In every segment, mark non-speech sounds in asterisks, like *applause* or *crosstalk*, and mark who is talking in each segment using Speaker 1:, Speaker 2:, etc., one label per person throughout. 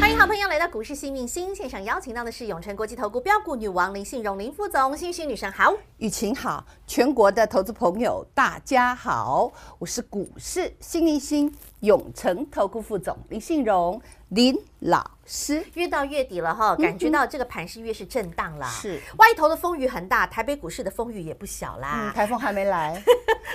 Speaker 1: 欢迎好朋友来到股市幸运星现场，邀请到的是永诚国际投顾标股女王林信荣林副总，幸运女神好。
Speaker 2: 雨晴好，全国的投资朋友大家好，我是股市新明星永诚投顾副总林信荣林老师，
Speaker 1: 越到月底了哈，感觉到这个盘是越是震荡啦。
Speaker 2: 嗯是
Speaker 1: 外头的风雨很大，台北股市的风雨也不小
Speaker 2: 嗯，
Speaker 1: 啦。
Speaker 2: 台风还没 *laughs* 来，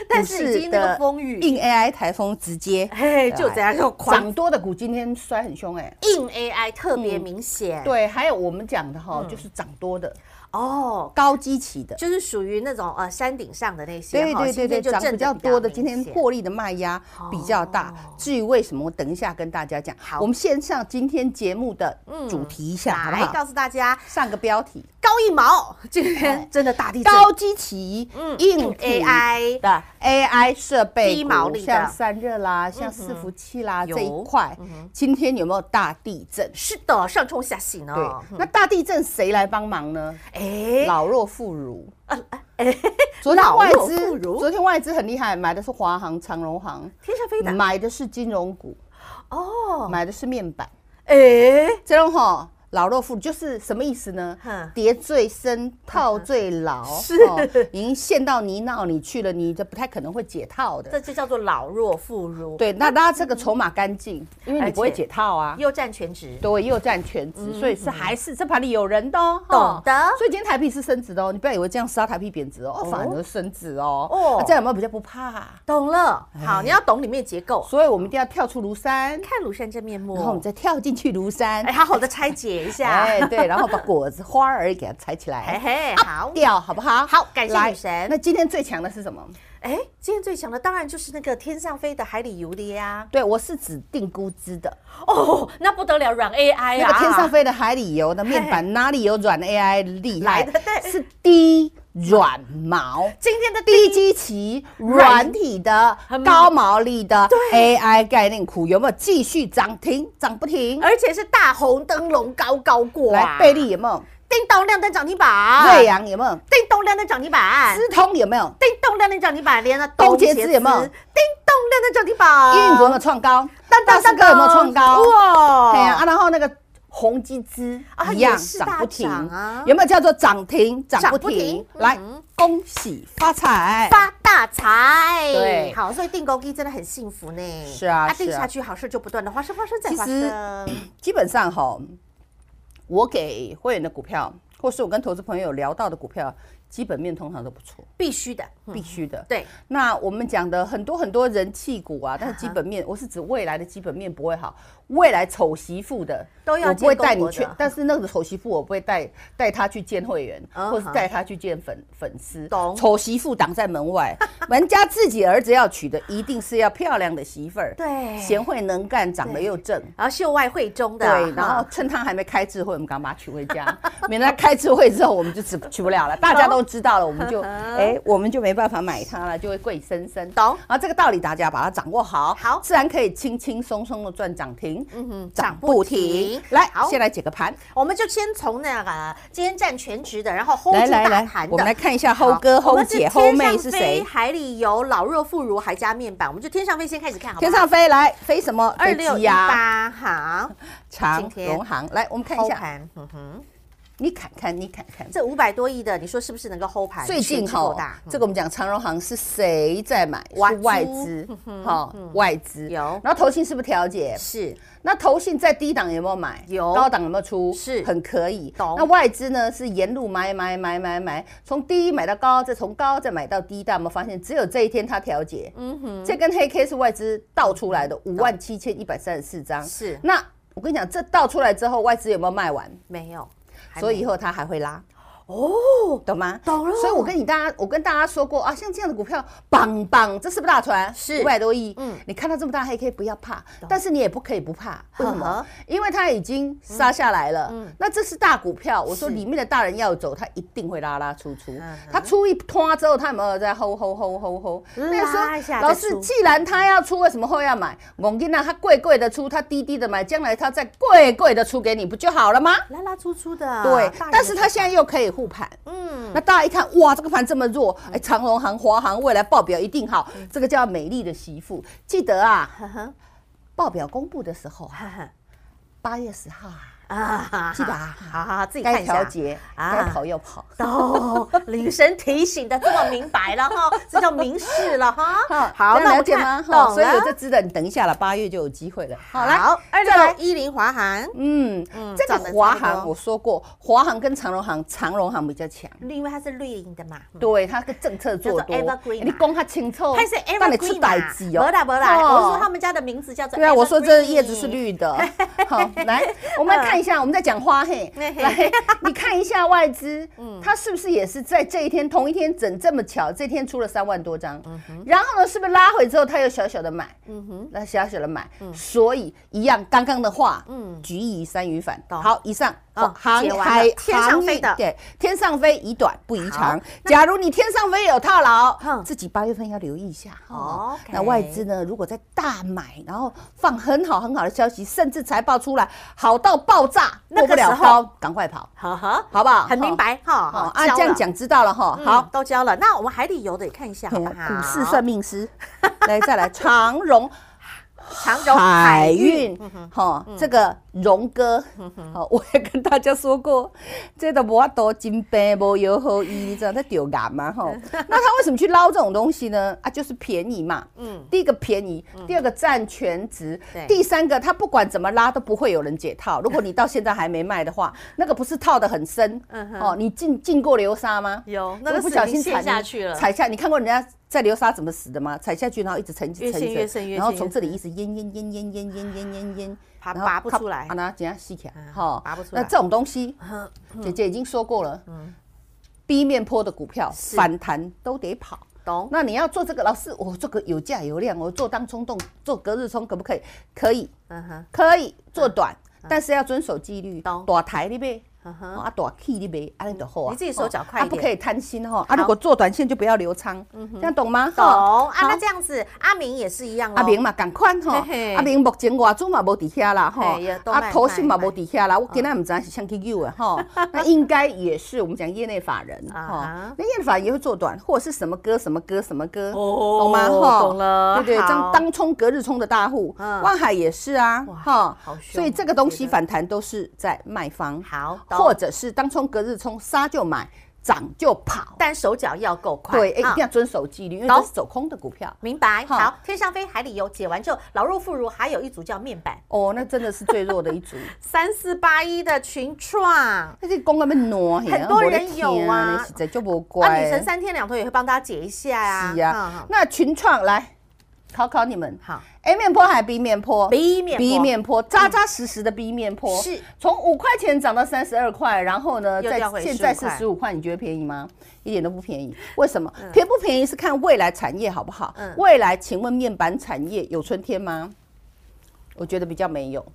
Speaker 1: 但是已经那个风雨
Speaker 2: 嗯股市的硬 AI 台风直接
Speaker 1: 嘿，就这样就狂
Speaker 2: *laughs* 涨多的股今天摔很凶哎、
Speaker 1: 硬 AI 特别明显。
Speaker 2: 对，嗯还有我们讲的哈，就是涨多的
Speaker 1: 哦，
Speaker 2: 高基期的，
Speaker 1: 就是属于那种呃山顶上的那些
Speaker 2: 对
Speaker 1: 哈，
Speaker 2: 对
Speaker 1: 今天
Speaker 2: 对对，
Speaker 1: 就
Speaker 2: 涨
Speaker 1: 震
Speaker 2: 比
Speaker 1: 得
Speaker 2: 较多的，今天
Speaker 1: 明显
Speaker 2: 获利的卖压比较大。至于为什么，我等一下跟大家讲。
Speaker 1: 哦好嗯
Speaker 2: 我们线上今天节目的主题一下，好不
Speaker 1: 来
Speaker 2: 好？
Speaker 1: 告诉大家，
Speaker 2: 上个标题：
Speaker 1: 高一毛今
Speaker 2: 哎
Speaker 1: 天真的大地震。
Speaker 2: 高基期，
Speaker 1: 嗯
Speaker 2: 硬体
Speaker 1: AI
Speaker 2: 的 AI 设备股，
Speaker 1: 低毛利的
Speaker 2: 像散热啦，像伺服器啦
Speaker 1: 有
Speaker 2: 这一块
Speaker 1: 嗯哼，
Speaker 2: 今天有没有大地震？
Speaker 1: 是的，上冲下洗呢。
Speaker 2: 对，那大地震谁来帮忙呢？
Speaker 1: 哎，
Speaker 2: 老弱妇孺。昨
Speaker 1: 啊老
Speaker 2: 天外
Speaker 1: 弱妇
Speaker 2: 资，
Speaker 1: 孺
Speaker 2: 昨天外资很厉害，买的是华航、长荣航，
Speaker 1: 天上飞的
Speaker 2: 买的是金融股，
Speaker 1: 哦，
Speaker 2: 买的是面板。
Speaker 1: 哎，
Speaker 2: 这种吼老弱妇孺就是什么意思呢
Speaker 1: 哼？
Speaker 2: 跌最深，套最老，
Speaker 1: *laughs* 是
Speaker 2: 哦已经陷到泥淖里去了，你这不太可能会解套
Speaker 1: 这
Speaker 2: 的。
Speaker 1: 就叫做老弱妇孺，，
Speaker 2: 对，那大家这个筹码干净，因
Speaker 1: 嗯
Speaker 2: 为
Speaker 1: 而
Speaker 2: 你
Speaker 1: 且
Speaker 2: 不会解套啊。
Speaker 1: 又占全值，
Speaker 2: 对，又占全值，所以是还是这盘里有人的哦，
Speaker 1: 嗯懂的
Speaker 2: 所以今天台币是升值的哦，你不要以为这样杀台币贬值哦，哦反而升值哦。
Speaker 1: 哦
Speaker 2: 哦，这样有没有比较不怕？
Speaker 1: 懂了。
Speaker 2: 哎
Speaker 1: 好，你要懂里面结构，
Speaker 2: 所以我们一定要跳出庐山，
Speaker 1: 看庐山真面目，
Speaker 2: 然后我们再跳进去庐山
Speaker 1: 哎，。好好的拆解一下，
Speaker 2: *laughs* 哎，对，然后把果子花儿给它采
Speaker 1: 嘿
Speaker 2: 起来，
Speaker 1: 嘿，好。
Speaker 2: 掉好不好？
Speaker 1: 哎好感谢
Speaker 2: 来
Speaker 1: 女神
Speaker 2: 那今天最强的是什么？
Speaker 1: 哎，今天最强的当然就是那个天上飞的海里游的呀。
Speaker 2: 对，我是指定估值的，
Speaker 1: 哦，那不得了，软 AI
Speaker 2: 哎那个
Speaker 1: 啊，
Speaker 2: 天上飞的海里游的面
Speaker 1: 嘿
Speaker 2: 板哪里有软 AI 厉害？
Speaker 1: 来的对
Speaker 2: 是低软毛。
Speaker 1: 今天的第
Speaker 2: 低
Speaker 1: 一
Speaker 2: 基期软体的
Speaker 1: 很
Speaker 2: 高毛利的
Speaker 1: 对
Speaker 2: AI 概念股有没有继续涨停涨不停？
Speaker 1: 而且是大红灯笼高高过啊
Speaker 2: 来，贝利有没有？
Speaker 1: 叮咚亮灯涨停板，
Speaker 2: 瑞阳有没有？
Speaker 1: 叮咚亮灯涨停板，
Speaker 2: 资通有没有？
Speaker 1: 叮咚亮灯涨停板，连啊那
Speaker 2: 东杰资有没有
Speaker 1: 叮咚亮灯涨停板，
Speaker 2: 英运股有没有创高？但大四哥有没有创高？
Speaker 1: 呃哇！
Speaker 2: 对呀、啊，然后那个宏基资
Speaker 1: 哦啊
Speaker 2: 一样
Speaker 1: 也是大
Speaker 2: 涨不停
Speaker 1: 涨啊，
Speaker 2: 有没有叫做涨停涨
Speaker 1: 涨
Speaker 2: 不
Speaker 1: 不停
Speaker 2: 停？来
Speaker 1: 嗯哼，
Speaker 2: 恭喜发财！
Speaker 1: 发大财！
Speaker 2: 对
Speaker 1: 好，所以定公一真的很幸福呢。
Speaker 2: 是啊是啊
Speaker 1: 定下去好事就不断的发生，发生再
Speaker 2: 其
Speaker 1: 发
Speaker 2: 实
Speaker 1: 生。
Speaker 2: 基本上哈，我给会员的股票，或是我跟投资朋友聊到的股票，基本面通常都不错，
Speaker 1: 必须的，嗯
Speaker 2: 必须的。
Speaker 1: 对，
Speaker 2: 那我们讲的很多很多人气股啊，但是基本面，我是指未来的基本面不会好，未来丑媳妇的
Speaker 1: 都要
Speaker 2: 我不会带
Speaker 1: 见
Speaker 2: 你
Speaker 1: 公
Speaker 2: 去
Speaker 1: 婆的，
Speaker 2: 但是那个丑媳妇我不会带带她去见会员，
Speaker 1: 嗯
Speaker 2: 或是带她去见粉粉丝
Speaker 1: 懂。
Speaker 2: 丑媳妇挡在门外，人家自己儿子要娶的一定是要漂亮的媳妇儿，
Speaker 1: 对
Speaker 2: 贤惠能干，长得又正。
Speaker 1: 然后秀外慧中的，啊
Speaker 2: 对，然后
Speaker 1: 哈
Speaker 2: 趁他还没开智慧，我们赶快把他娶回家，免得他开智慧之后我们就娶娶不了了。大家都知道了，我们
Speaker 1: *laughs*
Speaker 2: 就哎，我们就没办法买它了，就会贵生生。
Speaker 1: 懂
Speaker 2: 啊，这个道理大家把它掌握好，
Speaker 1: 好
Speaker 2: 自然可以轻轻松松的赚涨停，嗯
Speaker 1: 哼
Speaker 2: 哼，
Speaker 1: 涨
Speaker 2: 涨
Speaker 1: 不
Speaker 2: 不
Speaker 1: 停
Speaker 2: 停。来
Speaker 1: 好，
Speaker 2: 先来解个盘，
Speaker 1: 我们就先从那个今天占全值的，然后 hold
Speaker 2: 来
Speaker 1: 住
Speaker 2: 来
Speaker 1: 大
Speaker 2: 来
Speaker 1: 盘，的，
Speaker 2: 我们来看一下
Speaker 1: 好
Speaker 2: 后哥、
Speaker 1: 我
Speaker 2: 后
Speaker 1: 们是
Speaker 2: 姐、
Speaker 1: 天
Speaker 2: 后妹
Speaker 1: 上
Speaker 2: 是
Speaker 1: 飞
Speaker 2: 谁？
Speaker 1: 海里游，老弱妇孺还加面板，我们就天上飞先开始看，好不
Speaker 2: 天
Speaker 1: 好？
Speaker 2: 上飞啊来飞什么？
Speaker 1: 二
Speaker 2: 飞
Speaker 1: 六
Speaker 2: 机
Speaker 1: 一
Speaker 2: 呀、
Speaker 1: 八，好，今
Speaker 2: 长
Speaker 1: 天
Speaker 2: 荣航。来，我们看一
Speaker 1: hold
Speaker 2: 下，
Speaker 1: 盘，嗯哼，
Speaker 2: 你看看，你看看。
Speaker 1: 这五百多亿的，你说是不是能够 hold 盘？
Speaker 2: 最近
Speaker 1: 全值够
Speaker 2: 哈
Speaker 1: 大，，嗯
Speaker 2: 这个我们讲长荣行是谁在买？
Speaker 1: 哇
Speaker 2: 是外资，
Speaker 1: 嗯
Speaker 2: 哈，外资
Speaker 1: 有
Speaker 2: 然后投信是不是调节
Speaker 1: 嗯？是
Speaker 2: 那投信在低档有没有买？
Speaker 1: 有
Speaker 2: 高档有没有出？
Speaker 1: 是
Speaker 2: 很可以。
Speaker 1: 懂
Speaker 2: 那外资呢是沿路买买买买买，从低买到高，再从高再买到低，大家有没有发现？只有这一天它调节。嗯哼，这根黑 K 是外资倒出来的
Speaker 1: 嗯
Speaker 2: 五万七千一百三十四张。
Speaker 1: 是
Speaker 2: 那我跟你讲，这倒出来之后，外资有没有卖完？
Speaker 1: 没有，还
Speaker 2: 所以
Speaker 1: 没
Speaker 2: 以后它还会拉。
Speaker 1: 哦，
Speaker 2: 懂吗？
Speaker 1: 懂了
Speaker 2: 所以我跟你大家，我跟大家说过啊，像这样的股票，棒棒，这是不是大船？
Speaker 1: 是
Speaker 2: 五百多亿。
Speaker 1: 嗯
Speaker 2: 嗯，你看到这么大黑 K，不要怕，但是你也不可以不怕。为什
Speaker 1: 呵呵
Speaker 2: 么？因为它已经杀下来了。
Speaker 1: 嗯嗯
Speaker 2: 那这是大股票，我说
Speaker 1: 是
Speaker 2: 里面的大人要走，它一定会拉拉出出
Speaker 1: 嗯。
Speaker 2: 它出一拖之后，它有没有在吼吼吼吼吼？
Speaker 1: 拉一下再
Speaker 2: 老师
Speaker 1: 出，
Speaker 2: 既然它要出，为什么后要买？我跟那它贵贵的出，它低低的买，将来它再贵贵的出给你，不就好了吗？
Speaker 1: 拉拉出出的，
Speaker 2: 对
Speaker 1: 啊大人，
Speaker 2: 但是
Speaker 1: 的
Speaker 2: 它现在又可以护盘。
Speaker 1: 嗯，
Speaker 2: 那大家一看，哇，这个盘这么弱，哎，长荣行、华航未来报表一定好，
Speaker 1: 嗯
Speaker 2: 这个叫美丽的媳妇。记得啊，
Speaker 1: 呵呵
Speaker 2: 报表公布的时候啊，
Speaker 1: 哈哈
Speaker 2: 八月十号啊，
Speaker 1: 啊，
Speaker 2: 记得啊
Speaker 1: 好好好，自己看
Speaker 2: 该
Speaker 1: 一下
Speaker 2: 调。节，
Speaker 1: 啊
Speaker 2: 该跑要跑。
Speaker 1: 哦，女神提醒的这么明白了哈， *laughs* 这叫明示了哈。好，那我
Speaker 2: 这样了
Speaker 1: 们
Speaker 2: 解吗？
Speaker 1: 看
Speaker 2: 哈
Speaker 1: 懂
Speaker 2: 所以有这
Speaker 1: 了。
Speaker 2: 只的，你等一下了，八月就有机会了。好，来，
Speaker 1: 好，二
Speaker 2: 再来
Speaker 1: 六一零华航，
Speaker 2: 嗯
Speaker 1: 嗯，
Speaker 2: 这
Speaker 1: 长得
Speaker 2: 个
Speaker 1: 差不
Speaker 2: 华
Speaker 1: 多
Speaker 2: 航我说过，华航跟长荣航，长荣航比较强。
Speaker 1: 因为它是绿营的嘛。嗯
Speaker 2: 对，它个政策做
Speaker 1: 叫做
Speaker 2: 多，
Speaker 1: evergreen 啊
Speaker 2: 你讲它清楚，
Speaker 1: 它是
Speaker 2: 让哦你
Speaker 1: evergreen
Speaker 2: 出
Speaker 1: 嘛
Speaker 2: 代志哦。
Speaker 1: 没啦没啦，
Speaker 2: 哦
Speaker 1: 我说他们家的名字叫做。
Speaker 2: 对啊，我说这叶子是。绿
Speaker 1: *laughs*
Speaker 2: 的。好，来，我们来看一下，我们在讲花嘿。
Speaker 1: 嘿嗯嘿 *laughs*
Speaker 2: 来，你看一下外资，它是不是也是在这一天同一天整这么巧？这天出了三万多张，然后呢，是不是拉回之后它又小小的买？
Speaker 1: 嗯哼，
Speaker 2: 那小小的买，所以一样，刚刚的话，
Speaker 1: 嗯
Speaker 2: 嗯，举一反三鱼反。
Speaker 1: 懂
Speaker 2: 好，以上
Speaker 1: 哦
Speaker 2: 航
Speaker 1: 解完
Speaker 2: 海
Speaker 1: 了天上
Speaker 2: 航
Speaker 1: 飞
Speaker 2: 运
Speaker 1: 的
Speaker 2: 对，天上飞宜短不宜长
Speaker 1: 好。
Speaker 2: 假如你天上飞有套牢
Speaker 1: 哼，
Speaker 2: 自己八月份要留意一下。哦
Speaker 1: OK，
Speaker 2: 那外资呢，如果在大买，然后放很好很好的消息，甚至财报出来好到爆炸，
Speaker 1: 那个
Speaker 2: 过不了
Speaker 1: 时候
Speaker 2: 高，赶快跑，
Speaker 1: 呵呵，
Speaker 2: 好不好？
Speaker 1: 很明白哈。
Speaker 2: 哦。哦
Speaker 1: 好
Speaker 2: 啊，这样，讲知道了哈
Speaker 1: 交。了嗯
Speaker 2: 好，
Speaker 1: 都教了。那我们海底游的也看一下好不
Speaker 2: 嗯
Speaker 1: 好？
Speaker 2: 股市算命师， *laughs* 来再来长荣。
Speaker 1: 长荣
Speaker 2: 海
Speaker 1: 海
Speaker 2: 运
Speaker 1: 运，，
Speaker 2: 哈，这个荣哥，
Speaker 1: 嗯
Speaker 2: 好，我也跟大家说过，这都无法度金杯无油好医，你知道在丢干嘛哈？吼
Speaker 1: 嗯
Speaker 2: *laughs* 那他为什么去捞这种东西呢？啊，就是便宜嘛。
Speaker 1: 嗯，
Speaker 2: 第一个便宜，第二个占全值
Speaker 1: 对，
Speaker 2: 第三个他不管怎么拉都不会有人解套。如果你到现在还没卖的话，那个不是套的很深
Speaker 1: 嗯哼
Speaker 2: 哦？你进进过流沙吗？
Speaker 1: 有那个
Speaker 2: 我不小
Speaker 1: 是已经
Speaker 2: 心踩
Speaker 1: 陷下去了。
Speaker 2: 踩下，你看过人家在流沙怎么死的吗？踩下去，然后一直沉，一
Speaker 1: 越
Speaker 2: 直
Speaker 1: 陷
Speaker 2: 沉，一
Speaker 1: 越
Speaker 2: 直
Speaker 1: 深越
Speaker 2: 然后
Speaker 1: 陷
Speaker 2: 从
Speaker 1: 越
Speaker 2: 这里一直淹淹淹淹淹淹淹淹淹，
Speaker 1: 爬
Speaker 2: 然后
Speaker 1: 拔不
Speaker 2: 咔
Speaker 1: 出来
Speaker 2: 啊，那怎样吸起来
Speaker 1: 嗯？
Speaker 2: 哈，
Speaker 1: 拔不出来
Speaker 2: 那这种东西，
Speaker 1: 嗯
Speaker 2: 姐姐已经说过了，低面坡的股票
Speaker 1: 是
Speaker 2: 反弹都得跑。
Speaker 1: 懂，
Speaker 2: 那你要做这个，老师，我这个有价有量，我做当冲动，做隔日冲可不可以？可以，
Speaker 1: 嗯哼，
Speaker 2: 可以做短，但是要遵守纪律，
Speaker 1: 嗯懂
Speaker 2: 大台你呗。
Speaker 1: 嗯哼。
Speaker 2: 啊，大气你呗，啊，你就好啊。
Speaker 1: 你自己手脚
Speaker 2: 哦
Speaker 1: 快一
Speaker 2: 啊，不
Speaker 1: 点嗯
Speaker 2: 可以贪心哈。啊，如果做短线就不要留仓，这样懂吗？
Speaker 1: 懂
Speaker 2: 哈
Speaker 1: 啊，那这样子，阿明也是一样咯
Speaker 2: 阿明嘛，赶快吼
Speaker 1: 哦嘿嘿！
Speaker 2: 阿明目前外资嘛无伫遐啦吼
Speaker 1: 嘿也，都卖
Speaker 2: 啊，投信嘛
Speaker 1: 卖
Speaker 2: 无伫遐啦。我今仔毋知道是想去救的
Speaker 1: *laughs*
Speaker 2: 吼，那应该也是我们讲业内法人
Speaker 1: 啊
Speaker 2: 吼
Speaker 1: 哈，
Speaker 2: 那业内法人也会做短，或者是什么歌什么歌什么歌，
Speaker 1: 哦
Speaker 2: 懂吗？吼
Speaker 1: 懂了
Speaker 2: 对对，
Speaker 1: 好
Speaker 2: 当当冲隔日冲的大户，
Speaker 1: 嗯
Speaker 2: 万海也是啊
Speaker 1: 哇，
Speaker 2: 哈
Speaker 1: 好凶，
Speaker 2: 所以这个东西反弹都是在卖方。
Speaker 1: 好，
Speaker 2: 或
Speaker 1: 懂，
Speaker 2: 者是当冲隔日冲，杀就买，涨就跑。
Speaker 1: 但手脚要够快，
Speaker 2: 对，哎一定
Speaker 1: 啊
Speaker 2: 要遵守纪律，因为
Speaker 1: 懂
Speaker 2: 这是走空的股票。
Speaker 1: 明白。
Speaker 2: 好
Speaker 1: 好，天上飞，海里游，解完之后，老弱妇孺，还有一组叫面板，
Speaker 2: 哦，那真的是最弱的
Speaker 1: *laughs*
Speaker 2: 一组，
Speaker 1: 三四八一的群创。啊
Speaker 2: 那这公那边挪，
Speaker 1: 很多人有啊
Speaker 2: 我的天你实在就不乖。
Speaker 1: 啊，女神三天两头也会帮大家解一下呀。
Speaker 2: 是呀
Speaker 1: 嗯，
Speaker 2: 那群创来考考你们
Speaker 1: 好
Speaker 2: ，A 面坡还 B 面坡
Speaker 1: B 面坡
Speaker 2: B 哦面坡扎扎实实的 B 面坡，
Speaker 1: 是
Speaker 2: 从五块钱涨到三十二块，然后呢，
Speaker 1: 又
Speaker 2: 在
Speaker 1: 掉回
Speaker 2: 现在是
Speaker 1: 15
Speaker 2: 十五块，你觉得便宜吗？一点都不便宜，为什么？便不便宜是看未来产业好不好
Speaker 1: 嗯？
Speaker 2: 未来请问面板产业有春天吗？我觉得比较没
Speaker 1: *laughs*
Speaker 2: 有，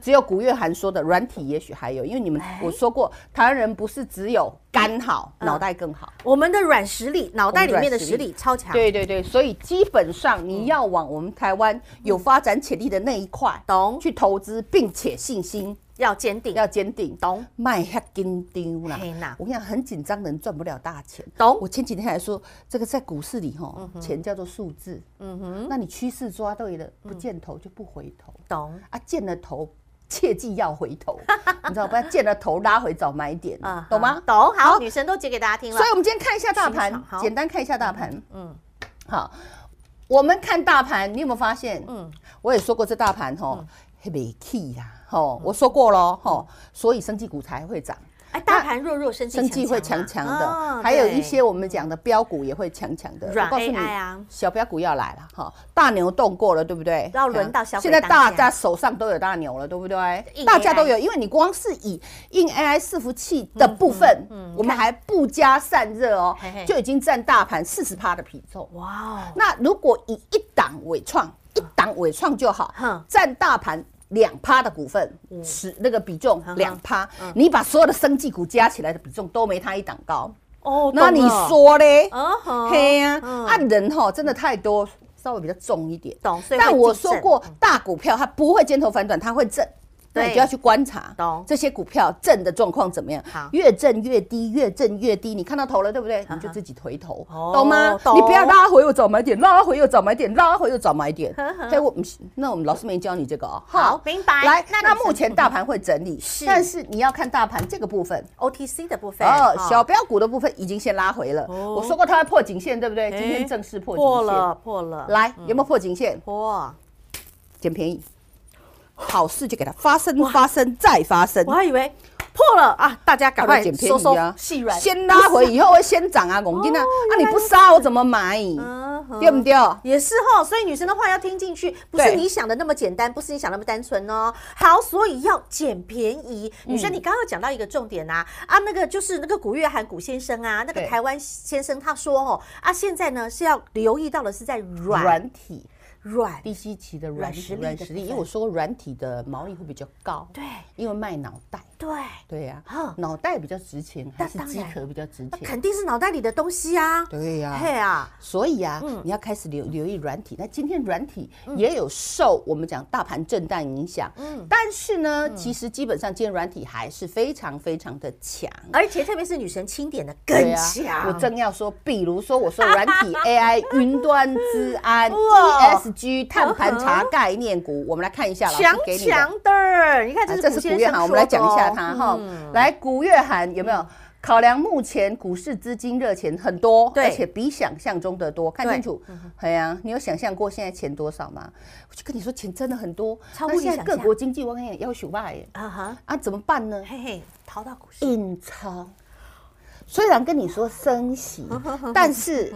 Speaker 2: 只有古月涵说的软体也许还有，因为你们
Speaker 1: 哎
Speaker 2: 我说过，台湾人不是只有肝好，
Speaker 1: 嗯
Speaker 2: 脑袋更好。
Speaker 1: 我们的软实力，脑袋里面的实
Speaker 2: 我们
Speaker 1: 力超强。
Speaker 2: 对对对，所以基本上
Speaker 1: 嗯
Speaker 2: 你要往我们台湾有发展潜力的那一块
Speaker 1: 懂，
Speaker 2: 去投资，并且信心
Speaker 1: 要坚定，
Speaker 2: 要坚定，
Speaker 1: 懂
Speaker 2: 卖下金丢啦
Speaker 1: 嘿呐。
Speaker 2: 我跟你讲，很紧张的人赚不了大钱。
Speaker 1: 懂
Speaker 2: 我前几天还说，这个在股市里哈，钱叫做数字。嗯哼，嗯那你趋势抓对了，不见头就不回头
Speaker 1: 懂
Speaker 2: 啊，见了头。切记要回 *laughs* 头，你知道不要见了头拉回找买点，
Speaker 1: 啊，
Speaker 2: 嗯懂吗？
Speaker 1: 懂，好，
Speaker 2: 好
Speaker 1: 女神都解给大家听了。
Speaker 2: 所以，我们今天看一下
Speaker 1: 欣
Speaker 2: 大
Speaker 1: 赏
Speaker 2: 盘
Speaker 1: 好，
Speaker 2: 简单看一下大盘。
Speaker 1: 嗯
Speaker 2: 嗯，好，我们看大盘，你有没有发现？
Speaker 1: 嗯
Speaker 2: 嗯，我也说过这大
Speaker 1: 嗯
Speaker 2: 盘吼，嘿没气呀，吼，我说过了吼，所以生技股才会涨。
Speaker 1: 哎，大盘弱弱，生
Speaker 2: 生
Speaker 1: 技
Speaker 2: 技会强强
Speaker 1: 嗯
Speaker 2: 的，还有一些我们讲的标股也会强强的。
Speaker 1: 哦软
Speaker 2: 我告诉你
Speaker 1: AI 啊，
Speaker 2: 小标股要来了哈，大牛动过了，对不对？啊
Speaker 1: 要轮到小鬼
Speaker 2: 现在
Speaker 1: 当
Speaker 2: 大
Speaker 1: 家
Speaker 2: 家手上都有大牛了，对不对
Speaker 1: 硬？
Speaker 2: 大家
Speaker 1: AI
Speaker 2: 都有，因为你光是以硬 AI 伺服器的
Speaker 1: 嗯
Speaker 2: 部分，我们还不加散热哦
Speaker 1: 嘿嘿，
Speaker 2: 就已经占大盘四十趴的比重。
Speaker 1: 哇哦
Speaker 2: 那如果以一档伟创，一档伟创就好
Speaker 1: 哼，嗯
Speaker 2: 占大盘。两趴的股份，十那个比重
Speaker 1: 哼嗯
Speaker 2: 两趴，你把所有的生技股加起来的比重都没它一档高。
Speaker 1: 哦，
Speaker 2: 那
Speaker 1: 懂
Speaker 2: 你
Speaker 1: 了，
Speaker 2: 说嘞？
Speaker 1: 嗯哼，
Speaker 2: 嘿呀，
Speaker 1: 嗯
Speaker 2: 啊人哈真的太多，稍微比较重一点。
Speaker 1: 懂，所以
Speaker 2: 但
Speaker 1: 会
Speaker 2: 我
Speaker 1: 谨
Speaker 2: 说
Speaker 1: 慎嗯
Speaker 2: 过，大股票它不会尖头反转，它会震。那
Speaker 1: 对
Speaker 2: 你就要去观察，
Speaker 1: 懂
Speaker 2: 这些股票震的状况怎么样
Speaker 1: 好？
Speaker 2: 越震越低，越震越低，你看到头了，对不对？
Speaker 1: 哈
Speaker 2: 你就自己回头
Speaker 1: 哦，
Speaker 2: 懂吗？
Speaker 1: 懂
Speaker 2: 你不要拉回又找买点，拉回又找买点，拉回又找买点
Speaker 1: 呵呵。
Speaker 2: 所以我们那我们老师没教你这个哦。
Speaker 1: 好明白
Speaker 2: 来，
Speaker 1: 那你
Speaker 2: 那
Speaker 1: 是嗯
Speaker 2: 目前大盘会整理，
Speaker 1: 是
Speaker 2: 但是你要看大盘这个部分，
Speaker 1: OTC 的部分
Speaker 2: 哦，小
Speaker 1: 哦
Speaker 2: 标股的部分已经先拉回了。
Speaker 1: 哦
Speaker 2: 我说过它会破颈线，对不
Speaker 1: 哎
Speaker 2: 对？今天正式破
Speaker 1: 破
Speaker 2: 颈线。
Speaker 1: 了嗯破了，
Speaker 2: 来，有没有破颈线？
Speaker 1: 破，
Speaker 2: 捡便宜，好事就给它发生、发生再发生
Speaker 1: 我。还以为破了啊，大家赶快
Speaker 2: 捡便
Speaker 1: 收
Speaker 2: 宜
Speaker 1: 收
Speaker 2: 啊！
Speaker 1: 细软，哦
Speaker 2: 先拉回，以后会先涨啊，拱金啊！啊，你不杀我怎么买？
Speaker 1: 嗯哼
Speaker 2: 对不对？
Speaker 1: 也是哦，所以女生的话要听进去，不是
Speaker 2: 对
Speaker 1: 你想的那么简单，不是你想那么单纯哦。好，所以要捡便宜。
Speaker 2: 嗯
Speaker 1: 女生，你刚刚有讲到一个重点啊，啊，那个就是那个古月涵古先生啊，那个
Speaker 2: 对
Speaker 1: 台湾先生他说哦，啊，现在呢是要留意到的是在软
Speaker 2: 软体
Speaker 1: 软，
Speaker 2: 低基期的
Speaker 1: 软
Speaker 2: 软
Speaker 1: 实
Speaker 2: 实
Speaker 1: 力
Speaker 2: 力，软
Speaker 1: 的
Speaker 2: 实
Speaker 1: 部
Speaker 2: 力，因为
Speaker 1: 分
Speaker 2: 我说过软体的毛利会比较高，
Speaker 1: 对
Speaker 2: 因为卖脑袋，
Speaker 1: 对，
Speaker 2: 对呀
Speaker 1: 哼，
Speaker 2: 脑袋比较值钱，还是
Speaker 1: 那当
Speaker 2: 机
Speaker 1: 然
Speaker 2: 壳比较值
Speaker 1: 那
Speaker 2: 钱？
Speaker 1: 肯定是脑袋里的东西啊，
Speaker 2: 对呀
Speaker 1: 嘿啊，
Speaker 2: 所以啊，你要开始留留意软体。那今天软体
Speaker 1: 嗯
Speaker 2: 也有受我们讲大盘震荡影响，但是呢，
Speaker 1: 嗯
Speaker 2: 其实基本上今天软体还是非常非常的强。
Speaker 1: 而且特别是女神清点的
Speaker 2: 对
Speaker 1: 更
Speaker 2: 啊
Speaker 1: 强，
Speaker 2: 我正要说，比如说我说软体 AI、云端治安、
Speaker 1: 哇
Speaker 2: ESG、碳盘查概念股，我们来看一下，老师
Speaker 1: 强
Speaker 2: 给你的。
Speaker 1: 强的，你看
Speaker 2: 啊
Speaker 1: 这
Speaker 2: 这
Speaker 1: 是古先
Speaker 2: 是古月
Speaker 1: 生
Speaker 2: 涵，
Speaker 1: 说
Speaker 2: 我们来讲一下
Speaker 1: 的哦嗯
Speaker 2: 它哈。来，古月涵有没有考量目前股市资金热钱很多，
Speaker 1: 对
Speaker 2: 而且比想象中的多，看
Speaker 1: 对嗯
Speaker 2: 清楚。哎呀，你有想象过现在钱多少吗？我就跟你说，钱真的很多，
Speaker 1: 超乎
Speaker 2: 那
Speaker 1: 你
Speaker 2: 现在
Speaker 1: 想
Speaker 2: 各
Speaker 1: 象
Speaker 2: 国经济我跟你讲要熊吧耶，
Speaker 1: 啊哈，
Speaker 2: 啊怎么办呢？
Speaker 1: 嘿嘿，逃到股市，
Speaker 2: 印钞。虽然跟你说升息，
Speaker 1: 嗯
Speaker 2: 但是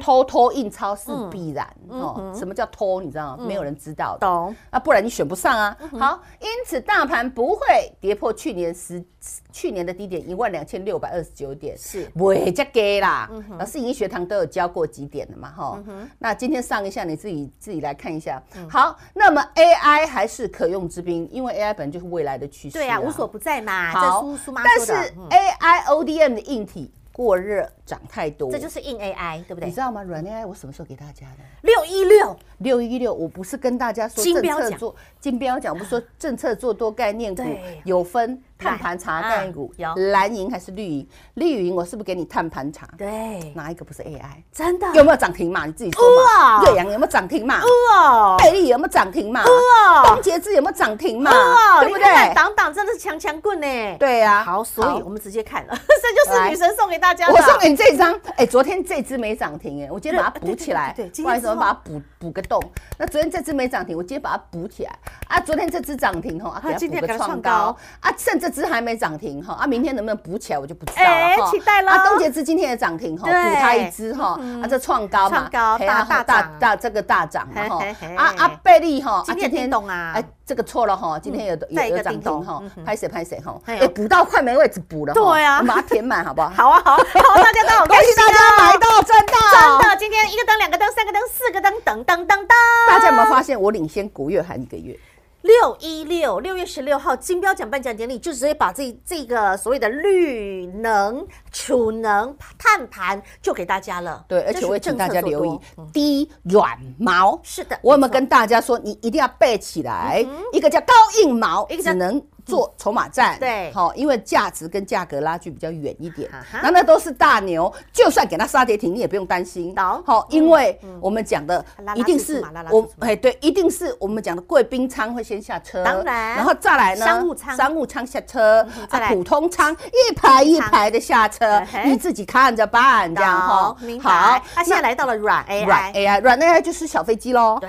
Speaker 2: 偷偷印钞是必然
Speaker 1: 嗯
Speaker 2: 哦。什么叫偷？你知道吗？没有人知道的。
Speaker 1: 懂。
Speaker 2: 啊，不然你选不上啊。
Speaker 1: 嗯
Speaker 2: 好，因此大盘不会跌破去年十去年的低点一万两千六百二十九点，
Speaker 1: 是嗯
Speaker 2: 会再给啦。啊老师营学堂都有教过几点了嘛，哈。那今天上一下，你自己自己来看一下。
Speaker 1: 嗯
Speaker 2: 好，那么 AI 还是可用之兵，因为 AI 本来就是未来的趋势。
Speaker 1: 对啊，无所不在嘛。这
Speaker 2: 好哎
Speaker 1: 苏苏妈
Speaker 2: 但
Speaker 1: 说
Speaker 2: 是
Speaker 1: 的，嗯
Speaker 2: AI ODM 的硬体过热，涨太多，
Speaker 1: 这就是硬 AI，对不
Speaker 2: 你
Speaker 1: 对
Speaker 2: 知？道吗？软 AI 我什么时候给大家的？
Speaker 1: 六一六
Speaker 2: 六一六，我不是跟大家说
Speaker 1: 金
Speaker 2: 政
Speaker 1: 标
Speaker 2: 策
Speaker 1: 奖啊
Speaker 2: 做金标奖，我不是说政策做多概念股
Speaker 1: 对
Speaker 2: 有分碳盘查概念股，
Speaker 1: 啊有
Speaker 2: 蓝银还是绿银？绿银我是不是给你碳盘查？
Speaker 1: 嗯对，
Speaker 2: 哪一个不是 AI？
Speaker 1: 真的
Speaker 2: 有没有涨停嘛？你自己说嘛。
Speaker 1: 哇
Speaker 2: 瑞阳有没有涨停嘛？
Speaker 1: 哦
Speaker 2: 贝利有没有涨停嘛？
Speaker 1: 哦
Speaker 2: 东杰资有没有涨停嘛？
Speaker 1: 哦，
Speaker 2: 对
Speaker 1: 你
Speaker 2: 不
Speaker 1: 看那
Speaker 2: 对？
Speaker 1: 挡挡真的是强强棍呢。，
Speaker 2: 对啊呀。
Speaker 1: 好，所以我们直接看了， *laughs* 这就是女神送给大家的。
Speaker 2: 我送给你这一张，哎、昨天这只没涨停，哎，我今天把它补起来
Speaker 1: 对对对对对，今天
Speaker 2: 不好意思，
Speaker 1: 之
Speaker 2: 我
Speaker 1: 后
Speaker 2: 把它补补个洞。那昨天这只没涨停，我今天把它补起来。啊，昨天这只涨停哈，啊，给它
Speaker 1: 今天
Speaker 2: 补
Speaker 1: 给它
Speaker 2: 个创
Speaker 1: 创高
Speaker 2: 高。啊，剩这只还没涨停哈，啊，明天能不能补起来我就不知道
Speaker 1: 哎
Speaker 2: 了哈。
Speaker 1: 期待咯
Speaker 2: 啊，东杰之今天也涨停哈，
Speaker 1: 对嗯
Speaker 2: 补它一只哈，啊，这创高嘛，
Speaker 1: 创高
Speaker 2: 嘿啊
Speaker 1: 大大
Speaker 2: 大
Speaker 1: 涨
Speaker 2: 大这个大涨嘛哈
Speaker 1: 嘿嘿嘿。
Speaker 2: 啊啊，贝利哈，啊
Speaker 1: 今天叮咚啊嗯
Speaker 2: 哎，这个错了哈，今天有
Speaker 1: 再
Speaker 2: 有
Speaker 1: 一个
Speaker 2: 有涨
Speaker 1: 叮咚
Speaker 2: 停哈
Speaker 1: 嗯，
Speaker 2: 拍谁拍谁哈，
Speaker 1: 哎呦
Speaker 2: 哎，补到快没位置补了哈，
Speaker 1: 对啊
Speaker 2: 我们把它填满好不
Speaker 1: *laughs*
Speaker 2: 好？
Speaker 1: 好啊，好啊，好，大家都好
Speaker 2: 恭
Speaker 1: 开
Speaker 2: 喜
Speaker 1: 心
Speaker 2: 大
Speaker 1: 啊！
Speaker 2: 家买到赚到！
Speaker 1: 真的，今天一个灯、两个灯、三个灯、四个灯，等等等等。
Speaker 2: 大家有没有发现我领先古月涵一个月？
Speaker 1: 六一六六月十六号金标奖颁奖典礼，就直接把这这个所谓的绿能、储能、碳盘就给大家了。
Speaker 2: 对，而
Speaker 1: 这
Speaker 2: 且
Speaker 1: 是
Speaker 2: 我也请大家
Speaker 1: 政策做
Speaker 2: 留意
Speaker 1: 多嗯
Speaker 2: 低软毛。
Speaker 1: 是的，
Speaker 2: 我有没有跟大家说，你一定要背起来？一个叫高硬毛，
Speaker 1: 嗯一个叫嗯
Speaker 2: 只能做筹码战，
Speaker 1: 对
Speaker 2: 好，因为价值跟价格拉距比较远一点
Speaker 1: 啊。哈
Speaker 2: 那那都是大牛，就算给它杀跌停，你也不用担心。
Speaker 1: 懂嗯
Speaker 2: 好，因为我们讲的
Speaker 1: 拉拉
Speaker 2: 一定
Speaker 1: 出去
Speaker 2: 是
Speaker 1: 嘛拉拉出
Speaker 2: 我
Speaker 1: 去，嘛
Speaker 2: 哎，对，一定是我们讲的贵宾舱会先下车，
Speaker 1: 当然
Speaker 2: 然后再来呢，
Speaker 1: 商务舱嗯
Speaker 2: 商务舱下车
Speaker 1: 哼，再
Speaker 2: 啊
Speaker 1: 来
Speaker 2: 普通舱一排一排的下车
Speaker 1: 嗯，哼
Speaker 2: 你自己看着办，这
Speaker 1: 这
Speaker 2: 样哈。
Speaker 1: 明白
Speaker 2: 好。，
Speaker 1: 他现在来到了软 AI，
Speaker 2: 软 AI，软 AI 就是小飞机喽。
Speaker 1: 对，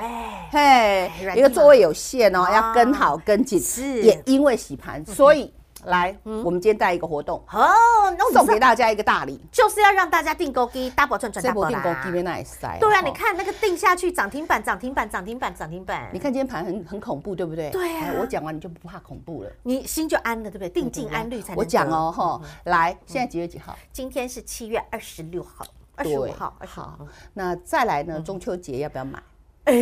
Speaker 2: 嘿
Speaker 1: 软，
Speaker 2: 一个
Speaker 1: 地嘛
Speaker 2: 座位有限哦，
Speaker 1: 啊
Speaker 2: 要跟好跟紧。
Speaker 1: 是嗯
Speaker 2: 也因为洗盘，所以来，我们今天带一个活动，
Speaker 1: 哦，那我
Speaker 2: 送
Speaker 1: 们
Speaker 2: 给大家一个大礼。
Speaker 1: 就是要让大家订购机，大宝赚赚
Speaker 2: 这
Speaker 1: 大
Speaker 2: 波
Speaker 1: 宝
Speaker 2: 定高
Speaker 1: 啦
Speaker 2: 低。位那也塞。
Speaker 1: 对啊，
Speaker 2: 哦
Speaker 1: 你，看那个定下去，涨停板，涨停板，涨停板，涨停板
Speaker 2: 你，看今天盘很很恐怖，对不对？
Speaker 1: 对啊
Speaker 2: 哎我讲完你就不怕恐怖了。
Speaker 1: 你心就安了，对不对？定静安虑才能。
Speaker 2: 我讲，哦，哈，
Speaker 1: 嗯
Speaker 2: 来，现在几月几号？
Speaker 1: 今天是七月二十六号、二
Speaker 2: 对
Speaker 1: 十五号、二十
Speaker 2: 好
Speaker 1: 号。，
Speaker 2: 那再来
Speaker 1: 嗯
Speaker 2: 呢？中秋节要不要买？
Speaker 1: 哎，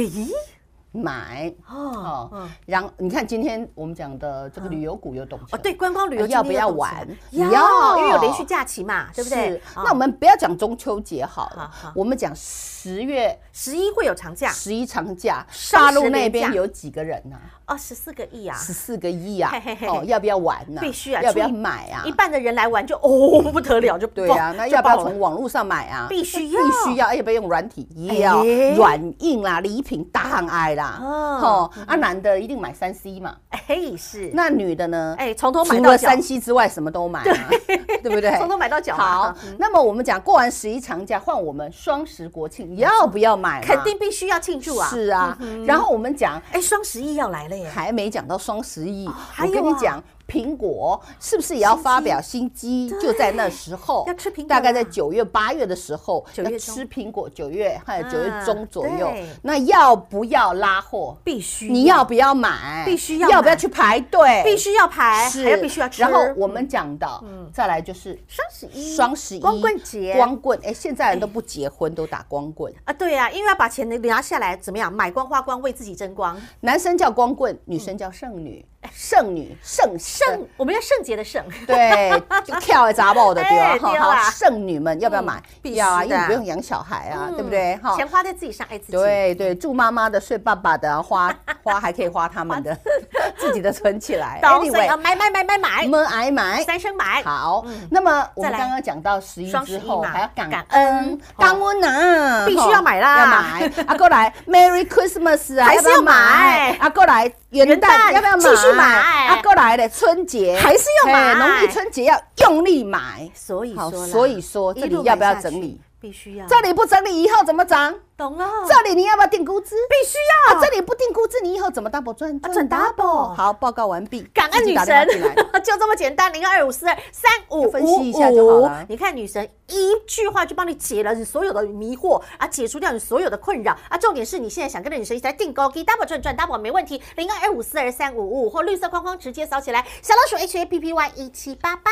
Speaker 2: 买
Speaker 1: 哦
Speaker 2: 哦，然后你看今天我们讲的这个旅游股有懂
Speaker 1: 哦，对，观光旅游
Speaker 2: 啊要
Speaker 1: 今天
Speaker 2: 不要
Speaker 1: 有董事
Speaker 2: 玩
Speaker 1: 要，
Speaker 2: 要
Speaker 1: 因为有连续假期嘛，对不对
Speaker 2: 是？
Speaker 1: 哦
Speaker 2: 那我们不要讲中秋节好
Speaker 1: 好
Speaker 2: 了
Speaker 1: 好，
Speaker 2: 我们讲十月
Speaker 1: 十一会有长假
Speaker 2: 十一长假，
Speaker 1: 双
Speaker 2: 大
Speaker 1: 十
Speaker 2: 陆
Speaker 1: 连
Speaker 2: 那边
Speaker 1: 假
Speaker 2: 有几个人呐？
Speaker 1: 哦，十四个亿啊，
Speaker 2: 十四个亿啊
Speaker 1: 嘿嘿嘿，
Speaker 2: 哦，要不要玩呐？
Speaker 1: 必须啊，
Speaker 2: 要不要
Speaker 1: 出一
Speaker 2: 买啊
Speaker 1: 一？半的人来玩就哦 *laughs* 不得了，就
Speaker 2: 对
Speaker 1: 爆
Speaker 2: 啊，那
Speaker 1: 就
Speaker 2: 要不要
Speaker 1: 爆了
Speaker 2: 从网络上买啊？
Speaker 1: 必须
Speaker 2: 必
Speaker 1: 要
Speaker 2: 须要，要不要用软体？要
Speaker 1: 哎
Speaker 2: 软硬啦，礼品大爱啦。
Speaker 1: 哦
Speaker 2: 哦，啊，男的一定买三 C 嘛，
Speaker 1: 哎是
Speaker 2: 那女的呢？
Speaker 1: 哎从头买
Speaker 2: 除
Speaker 1: 到
Speaker 2: 了
Speaker 1: 脚
Speaker 2: 三，C 之外，什么都买啊， *laughs* 对不对？
Speaker 1: 从头买到脚嘛啊嗯
Speaker 2: 好，那么我们讲过完十一长假，换我们双十国庆要不要买嘛？
Speaker 1: 肯定必须要庆祝啊！
Speaker 2: 是啊。然后我们讲
Speaker 1: 哎，双十一要来了耶！
Speaker 2: 还没讲到双十一，
Speaker 1: 还
Speaker 2: 我
Speaker 1: 有啊
Speaker 2: 跟你讲，苹果是不是也要发表新机？就在那时候，
Speaker 1: 要吃苹果
Speaker 2: 大概
Speaker 1: 啦
Speaker 2: 在九月、八月的时候
Speaker 1: 九月
Speaker 2: 要
Speaker 1: 中
Speaker 2: 吃苹果，九月还有
Speaker 1: 啊
Speaker 2: 九月中左右
Speaker 1: 对。
Speaker 2: 那要不要拉货？
Speaker 1: 必须
Speaker 2: 你要不要买？
Speaker 1: 必须要
Speaker 2: 要不要
Speaker 1: 买
Speaker 2: 去排队？
Speaker 1: 必须要排，还
Speaker 2: 是，
Speaker 1: 要必须要吃。嗯
Speaker 2: 然后我们讲到，再来就是
Speaker 1: 双十一
Speaker 2: 双十一
Speaker 1: 光棍节
Speaker 2: 光棍，哎，现在人都不结婚，都打光棍。
Speaker 1: 啊，对啊，因为要把钱拿下来，怎么样？买光花光，为自己争光。
Speaker 2: 男生叫光棍，女生叫剩女，剩女剩
Speaker 1: 圣，我们要圣洁的圣， *laughs*
Speaker 2: 对，就跳来砸爆的对吧
Speaker 1: 哎？对
Speaker 2: 好
Speaker 1: 啦
Speaker 2: 好，剩女们要不要买
Speaker 1: 嗯？必须的
Speaker 2: 要啊，因为你不用养小孩啊，对不对？哈。
Speaker 1: 嗯钱花在自己上，爱自己。
Speaker 2: 对对，住妈妈的，睡爸爸的啊，花花还可以花他们
Speaker 1: *laughs*
Speaker 2: 的， *laughs* 自己的存起来。
Speaker 1: 懂，所以要买买买买买，
Speaker 2: 们爱买。
Speaker 1: 三声买。
Speaker 2: 嗯好，那么我
Speaker 1: 再
Speaker 2: 们
Speaker 1: 来
Speaker 2: 刚刚讲到十一
Speaker 1: 嗯双
Speaker 2: 之
Speaker 1: 十一
Speaker 2: 后，
Speaker 1: 嘛
Speaker 2: 还要感
Speaker 1: 感恩哦
Speaker 2: 恩、感恩啊，
Speaker 1: 必须
Speaker 2: 吼
Speaker 1: 要买啦
Speaker 2: 要买啊，
Speaker 1: *laughs*
Speaker 2: 过来 Merry Christmas 啊，
Speaker 1: 还是
Speaker 2: 不
Speaker 1: 要买
Speaker 2: 啊，过来元
Speaker 1: 元旦
Speaker 2: 旦要不要买？
Speaker 1: 继续买
Speaker 2: 啊，过来的春节
Speaker 1: 还是要买哦
Speaker 2: 嘿农历春节要用力买。
Speaker 1: 所以
Speaker 2: 好
Speaker 1: 说啦，
Speaker 2: 所以说
Speaker 1: 一
Speaker 2: 这里
Speaker 1: 路
Speaker 2: 要不
Speaker 1: 买
Speaker 2: 要
Speaker 1: 下
Speaker 2: 整
Speaker 1: 去
Speaker 2: 理？
Speaker 1: 必须要。
Speaker 2: 这里不整理以后怎么涨？
Speaker 1: 懂了，
Speaker 2: 这里你要不要定估值？
Speaker 1: 哦必须
Speaker 2: 啊
Speaker 1: 要，，
Speaker 2: 这里不定估值，你以后怎么 double 赚？
Speaker 1: 啊赚 double
Speaker 2: 好，报告完毕。
Speaker 1: 感恩
Speaker 2: 自己
Speaker 1: 女
Speaker 2: 打电话进来
Speaker 1: 神， *laughs* 就这么简单，零二五四二三五
Speaker 2: 分析一下就好了
Speaker 1: 你看女神一句话就帮你解了你所有的迷惑啊，解除掉你所有的困扰啊。重点是你现在想跟着女神一起来订高低 double 赚赚 double 没问题，零二二五四二三五五或绿色框框直接扫起来，小老鼠 H A P P Y 一七八八。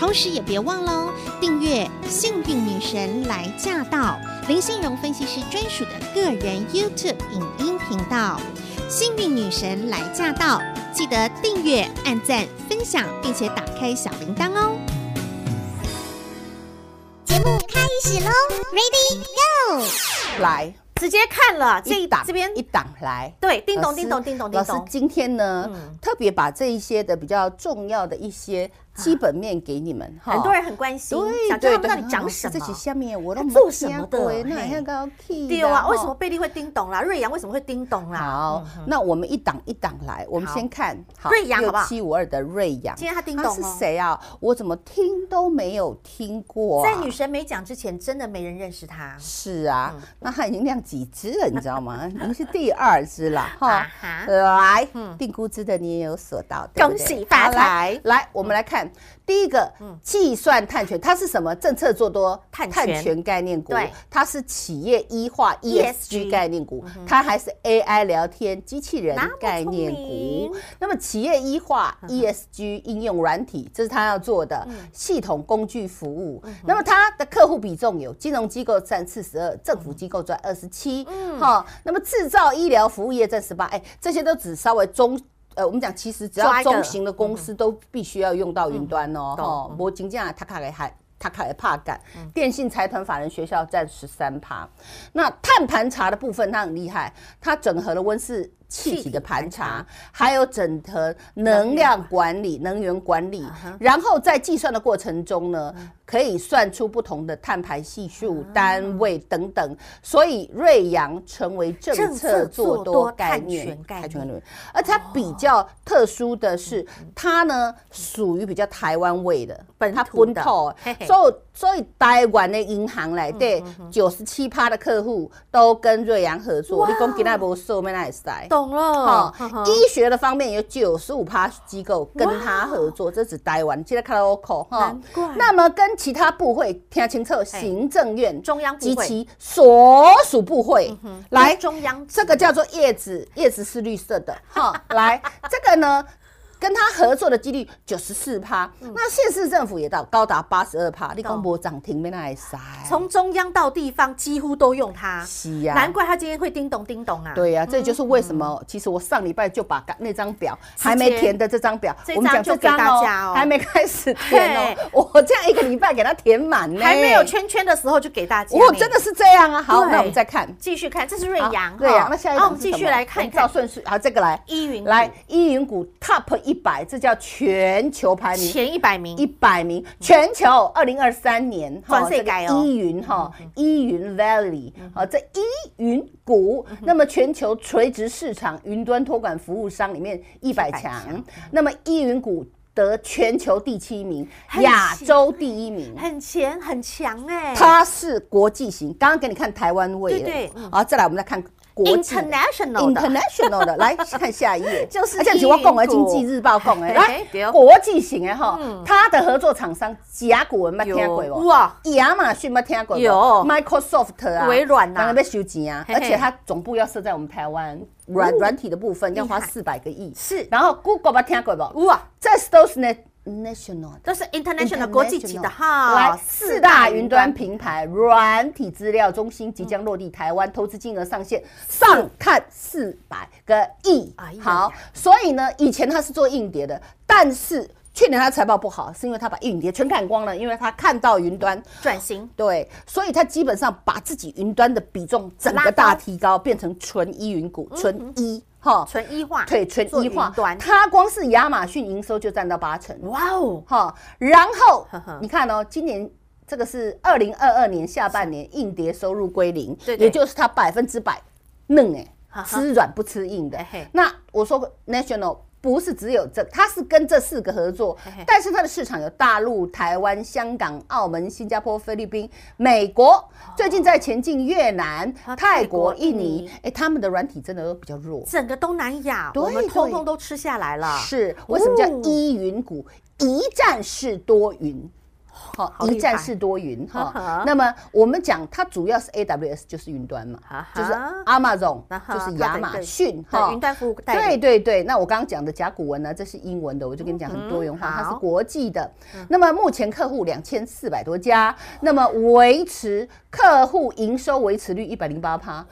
Speaker 3: 同时也别忘喽，订阅《幸运女神来驾到》林信荣分析师专属的个人 YouTube 影音频道《幸运女神来驾到》，记得订阅、按赞、分享，并且打开小铃铛哦。节目开始喽，Ready Go！
Speaker 2: 来，
Speaker 1: 直接看了这
Speaker 2: 一
Speaker 1: 一
Speaker 2: 档
Speaker 1: 这边
Speaker 2: 一档来。
Speaker 1: 对，叮
Speaker 2: 老
Speaker 1: 咚
Speaker 2: 师
Speaker 1: 叮咚叮咚叮
Speaker 2: 老师
Speaker 1: 咚，嗯
Speaker 2: 今天呢，特别把这一些的比较重要的一些基本面给你们，哈
Speaker 1: 很多人很关心，想知道他们到底长什
Speaker 2: 这
Speaker 1: 么
Speaker 2: 起。下面我都
Speaker 1: 做什么的
Speaker 2: 那
Speaker 1: 嘿
Speaker 2: 像高 key
Speaker 1: 对啊，为什么贝利会叮咚啦？瑞阳为什么会叮咚啦？
Speaker 2: 好，那我们一档一档来，我们
Speaker 1: 嗯好
Speaker 2: 先看好
Speaker 1: 瑞阳好不好
Speaker 2: 七五二的瑞阳，
Speaker 1: 今天他叮
Speaker 2: 他
Speaker 1: 咚
Speaker 2: 是
Speaker 1: 哦
Speaker 2: 谁啊？我怎么听都没有听过啊
Speaker 1: 在女神嗯没讲之前，真的没人认识他。
Speaker 2: 是啊，那它已经亮几只了，你知道吗？已经是第二只了哈
Speaker 1: 啊哈。
Speaker 2: 来，定估值的你也有所到，对不
Speaker 1: 嗯
Speaker 2: 对
Speaker 1: 恭喜发财嗯
Speaker 2: 好来来，我们来看第一个计算碳权，它是什么政策做多？
Speaker 1: 碳权
Speaker 2: 碳权概念股
Speaker 1: 对，E
Speaker 2: 它是企业一化
Speaker 1: ESG
Speaker 2: ESG 概念股，它还是 AI 聊天机器人
Speaker 1: 那么
Speaker 2: 概念
Speaker 1: 聪明
Speaker 2: 股。那么企业医化
Speaker 1: 嗯
Speaker 2: ESG 应用软体，这是他要做的系统工具服务。
Speaker 1: 嗯
Speaker 2: 那么它的客户比重有金融机构占四十二，政府机构占二十七，
Speaker 1: 嗯
Speaker 2: 好，那么制造医疗服务业占十八，哎，这些都只稍微中。呃，我们讲其实只
Speaker 1: 抓
Speaker 2: 要
Speaker 1: 一个
Speaker 2: 中型的公司都必须要用到云端哦，
Speaker 1: 嗯懂嗯
Speaker 2: 哦，我金价他卡给还他卡给怕干，电信财团法人学校占十三趴，那碳盘查的部分它很厉害，它整合了温室气体的盘查
Speaker 1: 盘，嗯
Speaker 2: 还有整个能量管理、能源管理，然后在计算的过程中呢，
Speaker 1: 嗯
Speaker 2: 可以算出不同的碳排系数、单位等等。所以瑞阳成为政
Speaker 1: 政策
Speaker 2: 策
Speaker 1: 做
Speaker 2: 做
Speaker 1: 多
Speaker 2: 多概
Speaker 1: 碳
Speaker 2: 念
Speaker 1: 权概念
Speaker 2: 论，而它比较特殊的是，它呢属于比较台湾味的
Speaker 1: 本
Speaker 2: 它
Speaker 1: 土
Speaker 2: 本
Speaker 1: 的
Speaker 2: 土哦
Speaker 1: 嘿嗯嘿
Speaker 2: 所以所以台湾的银行来对九十七趴的客户都跟瑞阳合作，你讲今仔无售，咩那会使？
Speaker 1: 懂了
Speaker 2: 哦，
Speaker 1: 呵呵
Speaker 2: 医学的方面有九十五趴机构跟他合作，这只台湾，现在看到我口哈
Speaker 1: 难怪。
Speaker 2: 那么跟其他部会听清楚，行政院
Speaker 1: 中央部
Speaker 2: 及
Speaker 1: 会嗯
Speaker 2: 其所属部会来
Speaker 1: 中央
Speaker 2: 这个叫做叶子，叶子是绿色
Speaker 1: *laughs*
Speaker 2: 的哈。来，这个呢，跟他合作的几率九十四趴，
Speaker 1: 嗯
Speaker 2: 那县市政府也到高达八十二趴。你讲
Speaker 1: 懂
Speaker 2: 无涨停没那会塞？
Speaker 1: 从中央到地方几乎都用它，
Speaker 2: 是呀、
Speaker 1: 难怪它今天会叮咚叮咚啊！，嗯
Speaker 2: 对呀、这就是为什么，其实我上礼拜就把刚那张表
Speaker 1: 直接
Speaker 2: 还没填的这张表，
Speaker 1: 这张
Speaker 2: 我们讲
Speaker 1: 就
Speaker 2: 这
Speaker 1: 给
Speaker 2: 张
Speaker 1: 大家哦
Speaker 2: 哦，还没开始填哦，我这样一个礼拜给它填满呢，
Speaker 1: 还没有，圈圈的时候就给大家呢。
Speaker 2: 我真的是这样啊。好，
Speaker 1: 对
Speaker 2: 那我们再看
Speaker 1: 继续看，这是瑞阳，
Speaker 2: 好瑞阳
Speaker 1: 哈，
Speaker 2: 那下一
Speaker 1: 好
Speaker 2: 档
Speaker 1: 我们
Speaker 2: 是什
Speaker 1: 继
Speaker 2: 么
Speaker 1: 续来看
Speaker 2: 我
Speaker 1: 一
Speaker 2: 们照
Speaker 1: 看
Speaker 2: 顺序，好，这个来
Speaker 1: 依云股
Speaker 2: 来依云股 Top 一百，这叫全球排名
Speaker 1: 前一百名
Speaker 2: 一百名，全球二零二三年
Speaker 1: 转世改哦嗯
Speaker 2: 依云哈，依云 Valley 好，这依云股，那么全球垂直市场云端托管服务商里面一百
Speaker 1: 强嗯
Speaker 2: 强，那么依云股得全球第七名
Speaker 1: 很，
Speaker 2: 亚
Speaker 1: 强
Speaker 2: 洲第一名。
Speaker 1: 很前很强哎，
Speaker 2: 它是国际型，刚刚给你看台湾味了，
Speaker 1: 对对嗯
Speaker 2: 好，再来我们再看国际的
Speaker 1: International 的 *laughs*
Speaker 2: international 的，来看下一页，
Speaker 1: 就是
Speaker 2: 而且是我讲的
Speaker 1: 英
Speaker 2: 经
Speaker 1: 国
Speaker 2: 济日报讲的，
Speaker 1: 嘿
Speaker 2: 来
Speaker 1: 对哦
Speaker 2: 国际型的哈
Speaker 1: 嗯，
Speaker 2: 它的合作厂商甲骨文捌听过
Speaker 1: 有
Speaker 2: 无？
Speaker 1: 哇，
Speaker 2: 亚马逊捌听过无
Speaker 1: 有
Speaker 2: ？Microsoft 啊，
Speaker 1: 微软啊
Speaker 2: 当然要收钱啊，
Speaker 1: 嘿嘿
Speaker 2: 而且它总部要设在我们台湾，软软体的部分要花
Speaker 1: 厉害哦
Speaker 2: 四百个亿，
Speaker 1: 是
Speaker 2: 然后 Google 捌听过无？
Speaker 1: 哇，
Speaker 2: 这都是呢 national 的。
Speaker 1: 都是 international 国际级的哈，
Speaker 2: 来四大云端平台软体资料中心即将落地台湾，投资金额上限上看四百个亿
Speaker 1: 哎呀。
Speaker 2: 好
Speaker 1: 呀，
Speaker 2: 所以呢，以前他是做硬碟的，但是去年他财报不好，是因为他把硬碟全砍光了，因为他看到云端。
Speaker 1: 转型，
Speaker 2: 对，所以他基本上把自己云端的比重整
Speaker 1: 拉高嗯
Speaker 2: 个大提高，变成纯一云股，纯一哈，
Speaker 1: 纯一化，
Speaker 2: 对，纯
Speaker 1: 做
Speaker 2: 一
Speaker 1: 云
Speaker 2: 化
Speaker 1: 端，。
Speaker 2: 它光是亚马逊营收就占到八成，
Speaker 1: 哇哦，
Speaker 2: 哈，然后
Speaker 1: 呵呵
Speaker 2: 你看哦，今年这个是二零二二年下半年硬碟收入归零，
Speaker 1: 对对
Speaker 2: 也就是它百分之百嫩哎、
Speaker 1: 哈哈
Speaker 2: 吃软不吃硬的
Speaker 1: 嘿嘿。
Speaker 2: 那我说过 National 不是只有这，它是跟这四个合作
Speaker 1: 嘿嘿，
Speaker 2: 但是它的市场有大陆、台湾、香港、澳门、新加坡、菲律宾、美国，最近在前进越南
Speaker 1: 哦啊、泰
Speaker 2: 泰
Speaker 1: 国
Speaker 2: 国、印
Speaker 1: 印尼
Speaker 2: 尼，哎，他们的软体真的都比较弱。
Speaker 1: 整个东南亚
Speaker 2: 对
Speaker 1: 我们通通
Speaker 2: 对
Speaker 1: 都吃下来了，
Speaker 2: 是为什么叫
Speaker 1: 啊哦
Speaker 2: 依云股？一站式多云。好
Speaker 1: 好，厉害
Speaker 2: 一站式多云哈
Speaker 1: 呵呵。
Speaker 2: 那么我们讲它主要是 AWS 就是云端嘛
Speaker 1: 啊哈，
Speaker 2: 就是 Amazon
Speaker 1: 啊哈
Speaker 2: 就是亚马逊
Speaker 1: 对云端服务代理
Speaker 2: 对对对，那我刚刚讲的甲骨文啊呢，这是英文的，我就跟你讲很多元化，
Speaker 1: 嗯
Speaker 2: 它是
Speaker 1: 好嗯
Speaker 2: 国际的。那么目前客户两千四百多家，那么维持客户营收维持率一百零八趴，
Speaker 1: 哦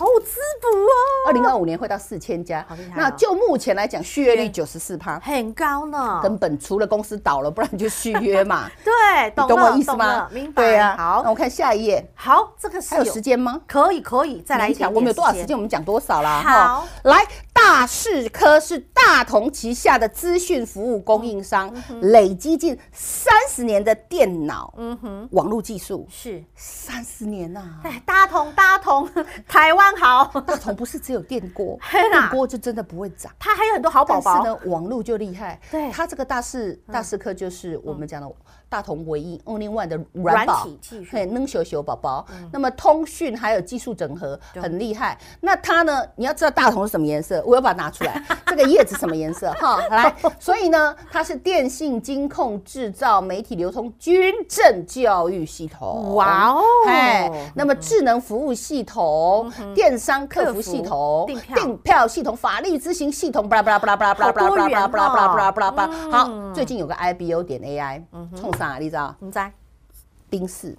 Speaker 1: 好滋补哦，
Speaker 2: 二零二五年会到四千家
Speaker 1: 好厉害哦。
Speaker 2: 那就目前来讲，续约率
Speaker 1: 续
Speaker 2: 九十四趴。
Speaker 1: 很高呢，
Speaker 2: 根本除了公司倒了，不然就续
Speaker 1: *laughs*
Speaker 2: 约嘛，
Speaker 1: 对，
Speaker 2: 你
Speaker 1: 懂
Speaker 2: 懂
Speaker 1: 了
Speaker 2: 我意思
Speaker 1: 懂
Speaker 2: 吗
Speaker 1: 了？明白，
Speaker 2: 对呀。那
Speaker 1: 好
Speaker 2: 我看下一页，
Speaker 1: 好，这个是
Speaker 2: 还有时间吗？
Speaker 1: 可以可以，再来一
Speaker 2: 勉
Speaker 1: 点
Speaker 2: 强
Speaker 1: 点
Speaker 2: 我们有多少时间，我们讲多少啦。
Speaker 1: 好
Speaker 2: 哈，来，大视科是大同旗下的资讯服务供应商，累积近三十年的电脑、
Speaker 1: 嗯哼，
Speaker 2: 网络技术，
Speaker 1: 是，
Speaker 2: 三十年呐、
Speaker 1: *laughs* 哎，搭同搭同， *laughs* 台湾好，
Speaker 2: 大同不是只有电锅，
Speaker 1: *laughs* 嘿啦
Speaker 2: 电锅就真的不会涨。
Speaker 1: 它还有很多好宝
Speaker 2: 但是
Speaker 1: 宝，
Speaker 2: 呢，网络就厉害。
Speaker 1: 对嗯
Speaker 2: 它这个大四大四科就是我们讲的大同唯一 Only One 的
Speaker 1: 软
Speaker 2: 软宝
Speaker 1: 体技术
Speaker 2: 嘿，能修修宝宝。那么通讯还有技术整合很厉害。那它呢，你要知道大同是什么颜色，我要把它拿出来。这个叶子什么颜色？哈，来，所以呢，它是电信、金控、制造、媒体、流通、军政、教育系统。
Speaker 1: 哇哦
Speaker 2: 哎，那么智能服务系统、电商客服系
Speaker 1: 客服
Speaker 2: 统、
Speaker 1: 订票
Speaker 2: 订票系统、法律咨询系统，巴拉巴拉巴拉巴拉。
Speaker 1: 好多元哦
Speaker 2: 好，最近有个 IBO 点 AI，冲啥你知道？
Speaker 1: 你在
Speaker 2: 丁氏，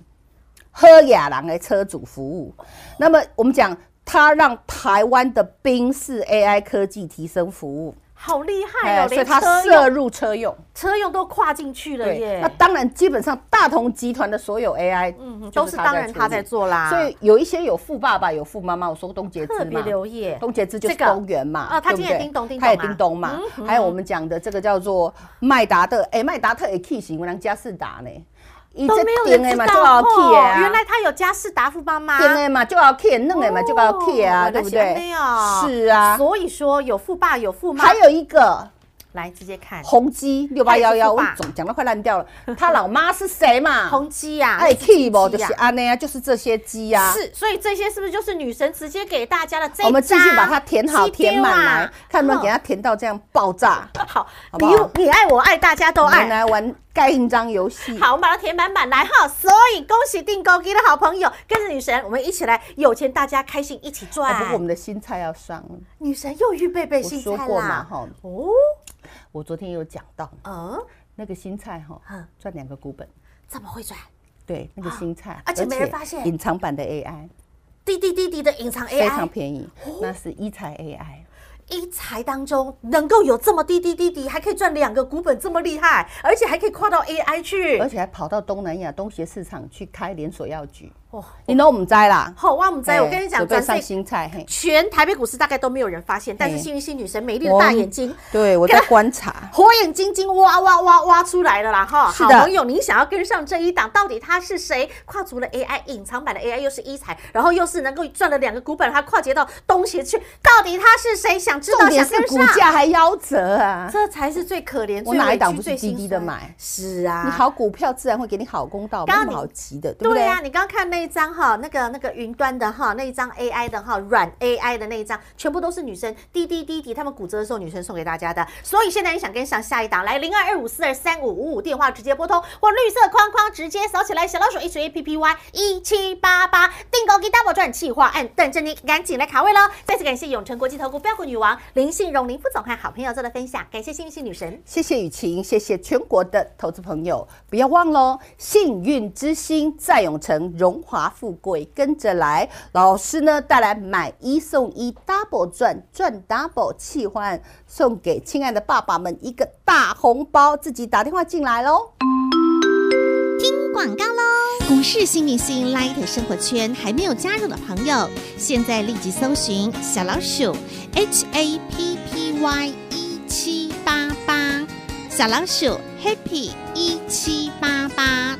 Speaker 2: 喝雅郎的车主服务。那么我们讲，它让台湾的宾士 AI 科技提升服务。
Speaker 1: 好厉害
Speaker 2: 哎
Speaker 1: 哦，
Speaker 2: 所
Speaker 1: 连
Speaker 2: 以它
Speaker 1: 车
Speaker 2: 摄
Speaker 1: 用
Speaker 2: 入车用。
Speaker 1: 车用都跨进去了
Speaker 2: 对，
Speaker 1: 耶
Speaker 2: 那。当然，基本上大同集团的所有 AI，
Speaker 1: 嗯，
Speaker 2: 就
Speaker 1: 都是
Speaker 2: 它
Speaker 1: 当然
Speaker 2: 处
Speaker 1: 他在
Speaker 2: 理。
Speaker 1: 做啦，
Speaker 2: 所以有一些有富爸爸有富妈妈，我说东杰
Speaker 1: 特
Speaker 2: 之
Speaker 1: 别
Speaker 2: 嘛，
Speaker 1: 留意。
Speaker 2: 东杰之就是
Speaker 1: 这个
Speaker 2: 东元嘛，
Speaker 1: 啊他
Speaker 2: 对不
Speaker 1: 今天
Speaker 2: 对
Speaker 1: 叮咚叮
Speaker 2: 他也
Speaker 1: 咚嘛嗯
Speaker 2: 叮咚嘛。还有我们讲的这个叫做麦达特，哎，麦达特也 K 型，我们加士达呢，伊
Speaker 1: 都没有人知道哦，
Speaker 2: 啊
Speaker 1: 原来他有家世达夫爸妈，
Speaker 2: 电的嘛就要 K，弄的嘛就要
Speaker 1: 哦
Speaker 2: K 啊，对不对？
Speaker 1: 没有，
Speaker 2: 是啊。
Speaker 1: 所以说有富爸有富妈，
Speaker 2: 还有一个
Speaker 1: 来直接看
Speaker 2: 宏基六八幺幺，
Speaker 1: 他也是富
Speaker 2: 我
Speaker 1: 爸
Speaker 2: 总讲到快
Speaker 1: *laughs*
Speaker 2: 烂掉了。他老妈是谁嘛？
Speaker 1: 宏基呀，
Speaker 2: 爱
Speaker 1: 啊那是金
Speaker 2: 哎 key 不就
Speaker 1: 鸡呀
Speaker 2: 是安内啊，就是这些鸡呀。
Speaker 1: 是，所以这些是不是就是女神直接给大家的这一
Speaker 2: 我们继续
Speaker 1: 张
Speaker 2: 把它填好、
Speaker 1: 鸡丢
Speaker 2: 填满
Speaker 1: 啊
Speaker 2: 来，看能不能给它填到这样爆炸。
Speaker 1: *laughs* 好，
Speaker 2: 好
Speaker 1: 你
Speaker 2: 不好
Speaker 1: 你爱我爱大家都
Speaker 2: 我们
Speaker 1: 爱。
Speaker 2: 来玩盖印章游戏。
Speaker 1: 哦哎好，我们把它填满满来哈，所以恭喜订购机的好朋友，跟着女神，我们一起来有钱，大家开心，一起
Speaker 2: 哎，
Speaker 1: 赚。
Speaker 2: 不过我们的新菜要上，
Speaker 1: 女神又预备备
Speaker 2: 我
Speaker 1: 新
Speaker 2: 说
Speaker 1: 菜
Speaker 2: 过嘛
Speaker 1: 啦。
Speaker 2: 哈，
Speaker 1: 哦，
Speaker 2: 我昨天有讲到
Speaker 1: 嗯，
Speaker 2: 那个新菜哈
Speaker 1: 嗯，
Speaker 2: 赚两个股本。
Speaker 1: 怎么会赚？
Speaker 2: 对，那个新菜，
Speaker 1: 啊而且没人发现
Speaker 2: 隐藏版的 AI
Speaker 1: 滴滴滴滴的隐藏
Speaker 2: 非常
Speaker 1: AI
Speaker 2: 便宜，
Speaker 1: 哦
Speaker 2: 那是一财 AI。
Speaker 1: 一财当中能够有这么滴滴滴滴，还可以赚两个股本，这么厉害，而且还可以跨到 AI 去
Speaker 2: 而。且还跑到东南亚东协市场去开连锁药局。
Speaker 1: 哦，
Speaker 2: 你懂我们在啦？
Speaker 1: 好，啊哇，我们在，我跟你
Speaker 2: 哎
Speaker 1: 讲，
Speaker 2: 准备
Speaker 1: 转
Speaker 2: 上
Speaker 1: 世
Speaker 2: 新
Speaker 1: *laughs*
Speaker 2: 菜。嘿，
Speaker 1: 全台北股市大概都没有人发现，但是
Speaker 2: 嘿
Speaker 1: 幸运星女神美丽的大眼睛。
Speaker 2: 对我在观察。
Speaker 1: 火眼金睛挖挖挖挖出来了啦哈！
Speaker 2: 是
Speaker 1: 好
Speaker 2: 的
Speaker 1: 朋友，您想要跟上这一档，到底他是谁？跨足了 AI 隐藏版的 AI，又是一彩，然后又是能够赚了两个股本，还跨节到东协去，到底他是谁？想知道，
Speaker 2: 重点
Speaker 1: 想
Speaker 2: 是
Speaker 1: 跟
Speaker 2: 股
Speaker 1: 上，
Speaker 2: 价还夭折啊！
Speaker 1: 这才是最可怜、
Speaker 2: 我
Speaker 1: 最
Speaker 2: 哪一
Speaker 1: 委
Speaker 2: 档
Speaker 1: 屈
Speaker 2: 不是
Speaker 1: 最
Speaker 2: 滴
Speaker 1: 心
Speaker 2: 滴的
Speaker 1: 酸
Speaker 2: 买
Speaker 1: 是啊，
Speaker 2: 你好股票自然会给你好公道，没
Speaker 1: 刚刚
Speaker 2: 什么
Speaker 1: 你
Speaker 2: 好急的，对不
Speaker 1: 对啊
Speaker 2: 对
Speaker 1: 呀、？你刚刚看那一张哈，那个那个云端的哈，那一张 AI 的哈，软 AI 的那一张，全部都是女生滴滴滴滴，他们骨折的时候女生送给大家的。所以现在你想跟上下一档，来零二二五四二三五五五电话直接拨通，或绿色框框直接扫起来，小老鼠 H A P P Y 一七八八，订购给 double 赚企划按邓正你赶紧来卡位喽！再次感谢永诚国际投顾标股女王林信荣林副总和好朋友做的分享，感谢幸运星女神。
Speaker 2: 谢谢雨晴，谢谢全国的投资朋友，不要忘喽！幸运之星在永城，荣华富贵跟着来。老师呢带来买一送一，double 赚赚 double 气换，送给亲爱的爸爸们一个大红包，自己打电话进来喽。
Speaker 3: 广告喽！股市新明星 Light 生活圈还没有加入的朋友，现在立即搜寻小老鼠 HAPPY 一七八八，小老鼠 Happy 一七八八，